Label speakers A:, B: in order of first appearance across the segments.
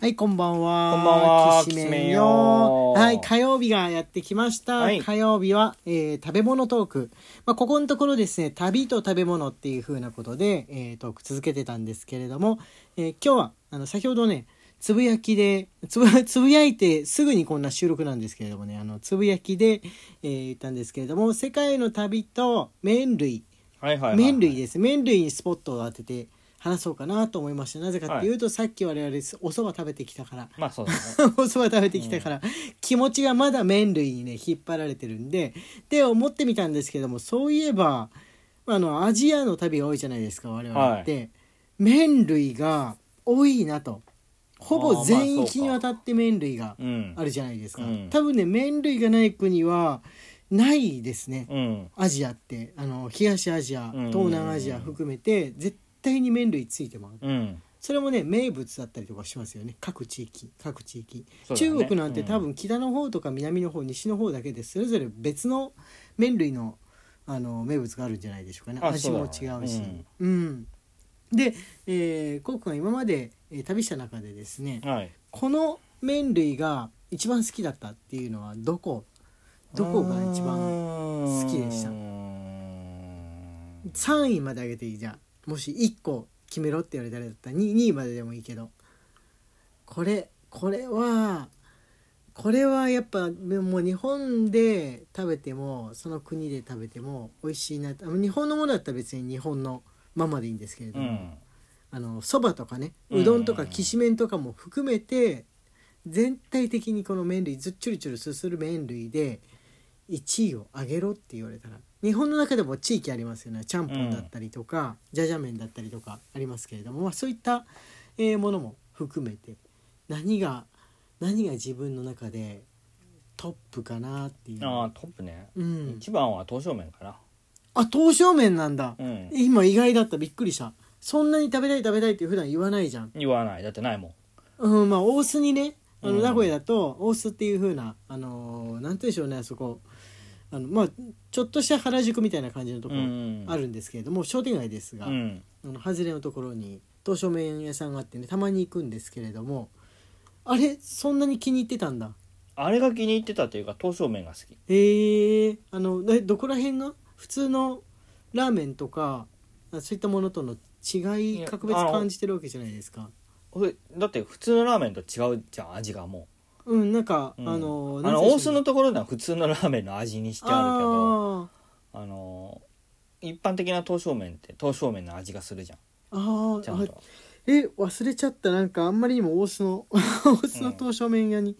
A: はい、こんばんは。
B: こんばんはき
A: きし
B: し
A: め
B: め
A: ん
B: ん
A: よ
B: よ。
A: はい、火曜日がやってきました。
B: はい
A: 火曜日は、えー食べ物トーク。まあ、ここのところですね、旅と食べ物っていう風なことで、えートーク続けてたんですけれども、えー今日は、あの、先ほどね、つぶやきで、つぶ、つぶやいてすぐにこんな収録なんですけれどもね、あの、つぶやきで、えー言ったんですけれども、世界の旅と麺類。
B: はいはいはい
A: 麺類です麺類にスポットを当てて話そうかなと思いましたなぜかっていうと、さっき我々お蕎麦食べてきたから
B: まあそうですね
A: お蕎麦食べてきたから、気持ちがまだ麺類にね引っ張られてるんでで思ってみたんですけどもそういえばあのアジアの旅が多いじゃないですか我々って、麺類が多いなとほぼ全域にわたって麺類が
B: うん
A: あるじゃないですか、
B: うん
A: 多分ね麺類がない国はないですね、
B: うん
A: アジアってあの東アジア
B: うん
A: 東南アジア含めて絶対に麺類ついてます
B: うん
A: それもね名物だったりとかしますよね各地域各地域、
B: そうだね
A: 中国なんて
B: うん
A: 多分北の方とか南の方西の方だけでそれぞれ別の麺類のあの名物があるんじゃないでしょうかね
B: あ
A: 味
B: そうだ
A: も
B: ろ
A: 違
B: うね
A: うしうん、で、えー、コウ君が今まで、えー旅した中でですね
B: はい
A: この麺類が一番好きだったっていうのはどこどこが一番
B: 番
A: 好きでした3位まで上げていいじゃんもし1個決めろって言われたらだったら 2, 2位まででもいいけどこれこれはこれはやっぱでももう日本で食べてもその国で食べても美味しいなあの日本のものだったら別に日本のままでいいんですけれど
B: う
A: も、
B: ん
A: あのそばとかね
B: うん
A: うどんとかきしめんとかも含めて全体的にこの麺類ずっちゅるちゅるすする麺類で1位を上げろって言われたら日本の中でも地域ありますよねちゃんぽんだったりとか、じゃじゃ麺だったりとかありますけれども、まあ、そういった、えーものも含めて何が何が自分の中でトップかなっていう。
B: ああトップね
A: うん、
B: 一番は刀削麺かな
A: あ刀削麺なんだ、
B: うん
A: 今意外だったびっくりしたそんなに食べたい食べたいって普段言わないじゃん
B: 言わないだってないもん
A: うんまあ大須にねあの
B: うん
A: 名古屋だと大須っていう風なあのーなんて言うんでしょうねあそこあのまあちょっとした原宿みたいな感じのところ
B: うん
A: あるんですけれども、商店街ですが、
B: うん
A: あの外れのところに刀削麺屋さんがあってねたまに行くんですけれどもあれそんなに気に入ってたんだ
B: あれが気に入ってたというか刀削麺が好き
A: へえあのえどこら辺が普通のラーメンとかあそういったものとの違い
B: いや
A: 格別
B: あの
A: 感じてるわけじゃないですか
B: ほいだって普通のラーメンと違うじゃん味がも
A: うんなんか、
B: う、うん
A: あの
B: あ
A: なん
B: の
A: て言
B: 大
A: うんでし
B: 須
A: ょうね
B: のところでは普通のラーメンの味にしてあるけど
A: あー
B: あの一般的な刀削麺って刀削麺の味がするじゃん
A: あ
B: ち
A: あ
B: ゃんと
A: え忘れちゃったなんかあんまりにも大須の 大須の刀削麺屋に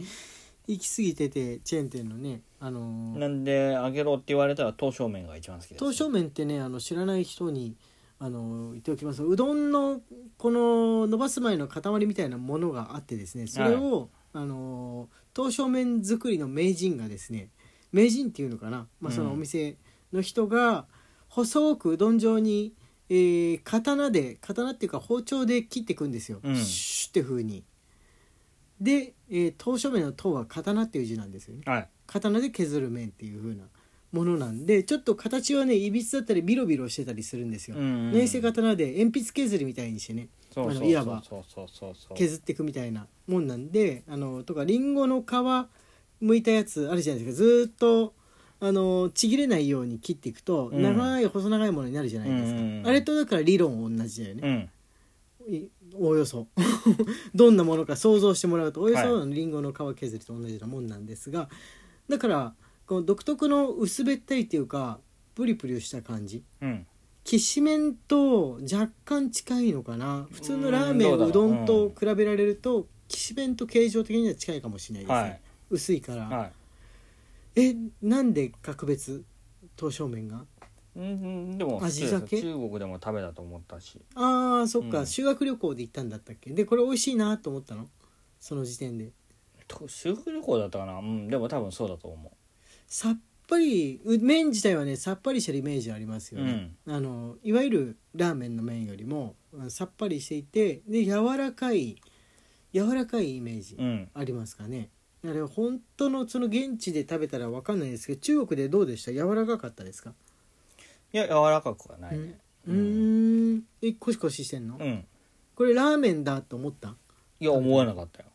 A: 行き過ぎててチェーン店のねあのー
B: なんであげろって言われたら刀削麺が一番好きです
A: 刀削麺ってねあの知らない人にあのー言っておきますうどんのこの伸ばす前の塊みたいなものがあってですねそれを、あのー刀削麺作りの名人がですね名人っていうのかな、まあ、そのお店の人が細くうどん状に、えー刀で刀っていうか包丁で切っていくんですよ、
B: うん
A: シュッって風に。で、えー刀削麺の刀は刀っていう字なんですよね。
B: はい
A: 刀で削る面っていう風なものなんでちょっと形はねいびつだったりビロビロしてたりするんですよ。
B: うん
A: 年生刀で鉛筆削りみたいにしてね
B: そうそう
A: あ
B: そ
A: の
B: う
A: いわば
B: そうそうそうそう
A: 削っていくみたいなもんなんであのとかりんごの皮剥いたやつあるじゃないですかずーっとあのちぎれないように切っていくと、
B: うん
A: 長い細長いものになるじゃないですか、
B: うん
A: あれとだから理論同じだよね、
B: うん
A: いおおよそ どんなものか想像してもらうとおおよそのりんごの皮削りと同じようなもんなんですが、だからこの独特の薄べったりっていうかプリプリした感じ
B: うん
A: きしめんと若干近いのかな普通のラーメ
B: うんど
A: ンう
B: うだろ
A: ど
B: うん
A: と比べられるときしめんと形状的には近いかもしれないですね、
B: はい
A: 薄いから、
B: は
A: えなんで格別刀削麺が
B: いうんでも普
A: 味
B: 通
A: だけ
B: です中国でも食べたと思ったし
A: あーそっか、
B: うん
A: 修学旅行で行ったんだったっけでこれ美味しいなと思ったのその時点で
B: と修学旅行だったかなうんでも多分そうだと思
A: さっぱりう麺自体はねさっぱりしてるイメージありますよね、あのいわゆるラーメンの麺よりもうんさっぱりしていてで柔らかい柔らかいイメージ
B: ううん
A: ありますかね、あれ本当のその現地で食べたら分かんないですけど中国でどうでした柔らかかったですか
B: いや柔らかくはないね
A: うんうーんえコシコシしてんの、
B: うん
A: これラーメンだと思った
B: いや思わなかったよ、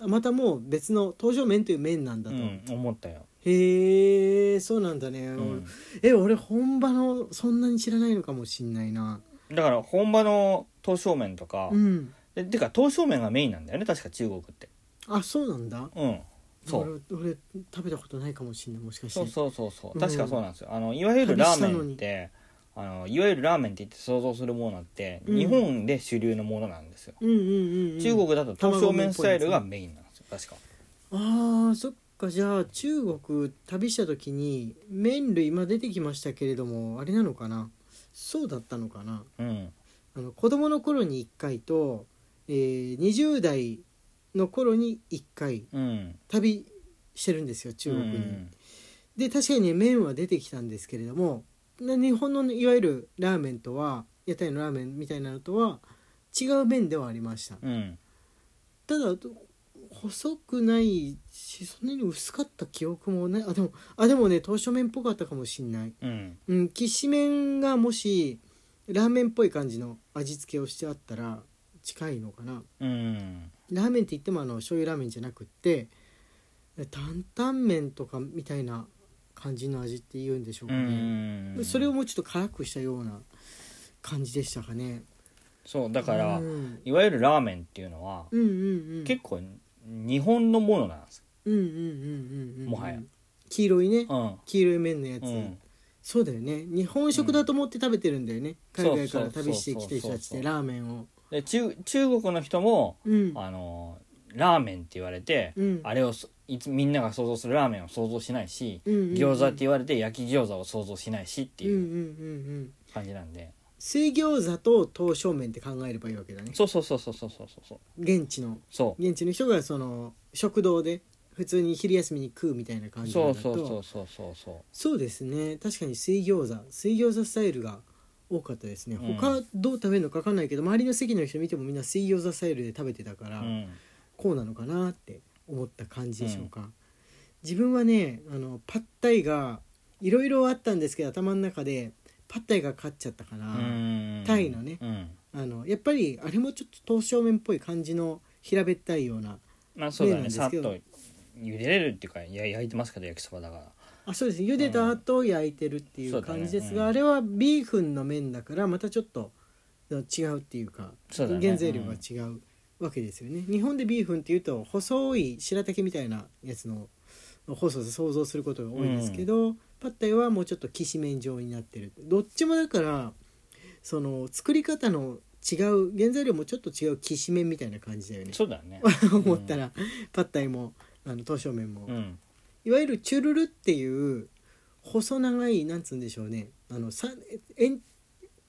A: あまたもう別の刀削麺という麺なんだ
B: う
A: と、
B: ん、思ったよ、
A: へえそうなんだね、
B: う
A: 俺
B: ん、
A: え俺本場のそんなに知らないのかもしんないな
B: だから本場の刀削麺とか、
A: うん
B: でてか刀削麺がメインなんだよね確か中国って
A: あそうなんだ
B: うんそう
A: 俺俺食べたことないかもしんないもしかして
B: そうそうそうそううん確かそうなんですよあのいわゆるラーメンってあのいわゆるラーメンって言って想像するものって、
A: うん
B: 日本で主流のものなんですよ、
A: うんうんうん、うん、
B: 中国だと刀削麺スタイルがメインなんですよ確か
A: あーそっかじゃあ中国旅した時に麺類今出てきましたけれどもあれなのかなそうだったのかな
B: うん
A: あの子供の頃に1回と、えー20代の頃に1回
B: うん
A: 旅してるんですよ中国に。
B: うん
A: で確かにね麺は出てきたんですけれどもな日本のいわゆるラーメンとは屋台のラーメンみたいなのとは違う麺ではありました。
B: うん
A: ただ細くないしそんなに薄かった記憶もないあでもあでもね刀削麺っぽかったかもしんない、
B: うん
A: うん、きしめんがもしラーメンっぽい感じの味付けをしてあったら近いのかな
B: うん
A: ラーメンって言ってもあの醤油ラーメンじゃなくって担々麺とかみたいな感じの味って言うんでしょう
B: う
A: かね、
B: ん
A: それをもうちょっと辛くしたような感じでしたかね
B: そうだから、
A: うん、
B: いわゆるラーメンっていうのは、
A: うんうんうん
B: 結構日本のものなんです
A: うんうんうんうんうん
B: もはや
A: 黄色いね
B: よ、
A: 黄色い麺のや
B: う
A: つ、
B: んうん、
A: そうだよね日本食だと思って食べてるんだよね、
B: うん
A: 海外から
B: そうそうそうそう
A: 旅してきてる人たちってラーメンを
B: で中中国の人も、
A: うん
B: あのラーメンって言われて、
A: うん
B: あれをそいつみんなが想像するラーメンを想像しないし、
A: うんうんうん
B: 餃子って言われて焼き餃子を想像しないしって
A: うんうんう
B: いうん
A: うん
B: 感じなんで、
A: 水餃子と刀削麺って考えればいいわけだね
B: そうそうそうそうそうそうそう
A: 現地の
B: そう
A: 現地の人がその食堂で普通に昼休みに食うみたいな感じな
B: そ
A: ん
B: う
A: だと
B: そうそうそうそうそう
A: そうですね確かに水餃子水餃子スタイルが多かったですね
B: うん
A: 他どう食べるのか分かんないけど周りの席の人見てもみんな水餃子スタイルで食べてたから、
B: うん
A: こうなのかなって思った感じでしょうか、自分はねあのパッタイがいろいろあったんですけど頭の中でパッタイが勝っちゃったから、
B: うん
A: タイのね
B: うん
A: あのやっぱりあれもちょっと刀削麺っぽい感じの平べったいような
B: まあそうだね
A: 麺なんです
B: さっ
A: けど
B: と茹でれるっていうかや焼いてますけど焼きそばだから
A: あそうです茹でた後焼いてるってい
B: そううだね
A: 感じです
B: う
A: が、
B: ん
A: あれはビーフンの麺だからまたちょっと違うっていうか
B: そうだね
A: 原材料が違うわけですよね、日本でビーフンっていうと細い白竹みたいなやつの細さ想像することが多いですけど、パッタイはもうちょっときしめん状になってるどっちもだからその作り方の違う原材料もちょっと違うきしめんみたいな感じだよね
B: そうだ ね
A: 思ったら、パッタイもあの刀削麺も、
B: うん
A: いわゆるチュルルっていう細長いなんつうんでしょうねあのさ円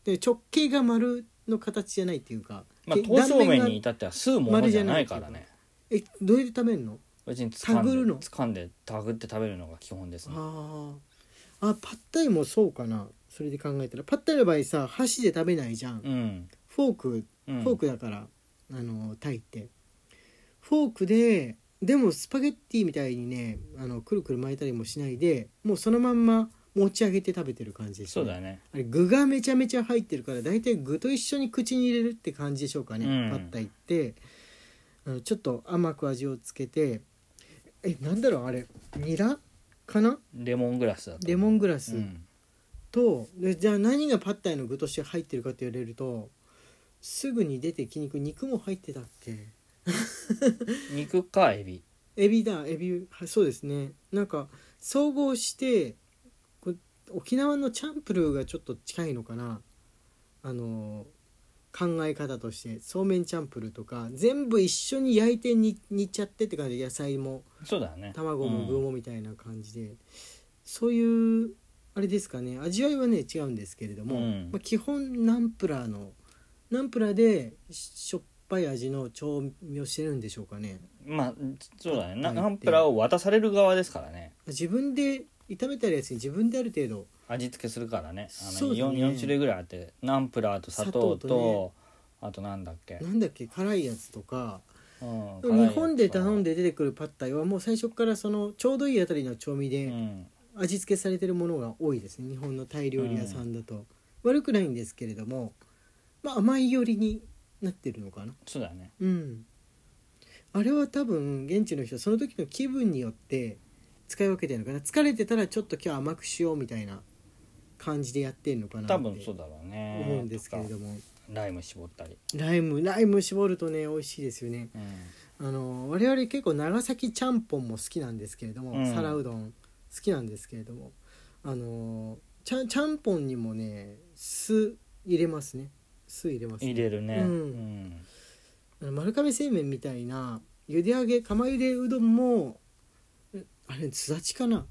A: で直径が丸の形じゃないっていうか、
B: まあ
A: け
B: 刀削麺に
A: 断が
B: 至っては吸うものじゃないからね
A: えどうやって食べるの
B: 別に掴
A: 手繰る
B: んで
A: の
B: 掴んでたぐって食べるのが基本ですね
A: あーあパッタイもそうかなそれで考えたらパッタイの場合さ箸で食べないじゃん、
B: うん
A: フォーク
B: うん
A: フォークだから、あのタイってフォークででもスパゲッティみたいにねあのくるくる巻いたりもしないでもうそのまんま持ち上げて食べてる感じです
B: そ
A: ね
B: うだね
A: あれ具がめちゃめちゃ入ってるから大体具と一緒に口に入れるって感じでしょうかね、
B: うん
A: パッタイってあのちょっと甘く味をつけてえなんだろうあれニラかな
B: レモングラスだと
A: レモングラ
B: う
A: ス
B: ん
A: と、でじゃあ何がパッタイの具として入ってるかって言われるとすぐに出てきにくい肉も入ってたっけ
B: 肉かエビ
A: エビだエビはそうですねなんか総合してこう沖縄のチャンプルーがちょっと近いのかなあの考え方としてそうめんチャンプルーとか全部一緒に焼いて煮煮ちゃってって感じで野菜も
B: そうだね
A: 卵も具
B: うん
A: もみたいな感じで、そういうあれですかね味わいはね違うんですけれども、
B: うん
A: まあ、基本ナンプラーのナンプラーでしょっぱい味の調味をしてるんでしょうかね。
B: まあそうだねな
A: パッタイって
B: ナンプラーを渡される側ですからね
A: 自分で炒めたやつに自分である程度
B: 味付けするからねあ
A: そう
B: の
A: だね
B: 4, 四種類ぐらいあってナンプラーと砂糖
A: 砂糖と
B: とあとなんだっけ
A: なんだっけ辛いやつとか
B: うん辛い
A: 日
B: やつ
A: 本で頼んで出てくるパッタイはもう最初からそのちょうどいいあたりの調味
B: う
A: で
B: ん
A: 味付けされてるものが多いですね日本のタイ料理屋さんだと、悪くないんですけれども、まあ、甘い寄りになってるのかな
B: そうだね
A: うんあれは多分現地の人その時の気分によって使い分けてるのかな疲れてたらちょっと今日甘くしようみたいな感じでやってるのかな
B: 多
A: っ
B: 分
A: て
B: そうだろうね
A: 思うんですけれども
B: ライム絞ったり、
A: ライムライム絞るとね美味しいですよね
B: うん
A: あの我々結構長崎ちゃんぽんも好きなんですけれども、
B: うん
A: 皿うどん好きなんですけれどもあのちゃんちゃんぽんにもね酢入れますね酢入れますね
B: 入れるね、
A: うん
B: うん
A: あの丸亀製麺みたいな茹で揚げ釜茹でうどんもえあれすだちかな、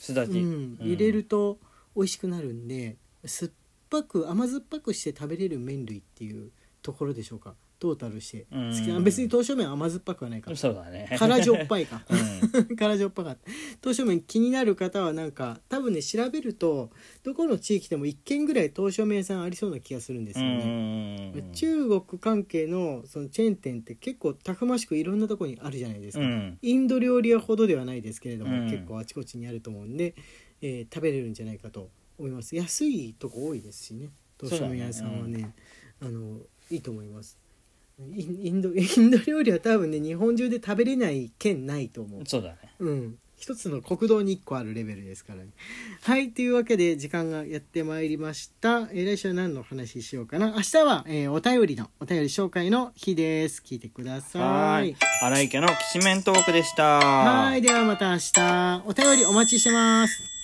B: すだ
A: う
B: ち、
A: ん、
B: うん
A: 入れると美味しくなるんで酸っぱく甘酸っぱくして食べれる麺類っていうところでしょうかトータルして
B: うん
A: 好きな別に刀削麺は甘酸っぱくはないから
B: そうだね
A: 辛じょっぱいか
B: うん
A: 辛じょっぱかった刀削麺気になる方はなんか多分ね調べるとどこの地域でも1軒ぐらい刀削麺さんありそうな気がするんですよね、
B: うん
A: 中国関係のそのチェーン店って結構たくましくいろんなとこにあるじゃないです
B: う
A: か、
B: ん
A: インド料理屋ほどではないですけれども、
B: うん
A: 結構あちこちにあると思うんで、えー食べれるんじゃないかと思います安いとこ多いですしね
B: そう
A: 東
B: だね
A: 証屋さんはねあのいいと思いますインインドイ ンド料理は多分ね日本中で食べれない県ないと思う
B: そうだね
A: うん、一つの国道に1個あるレベルですからね。はいというわけで時間がやってまいりました。えー来週は何の話しようかな明日は、えーお便りのお便り紹介の日です。聞いてください。
B: はーい荒井家のきしめんトークでした
A: はいではまた明日お便りお待ちしてます。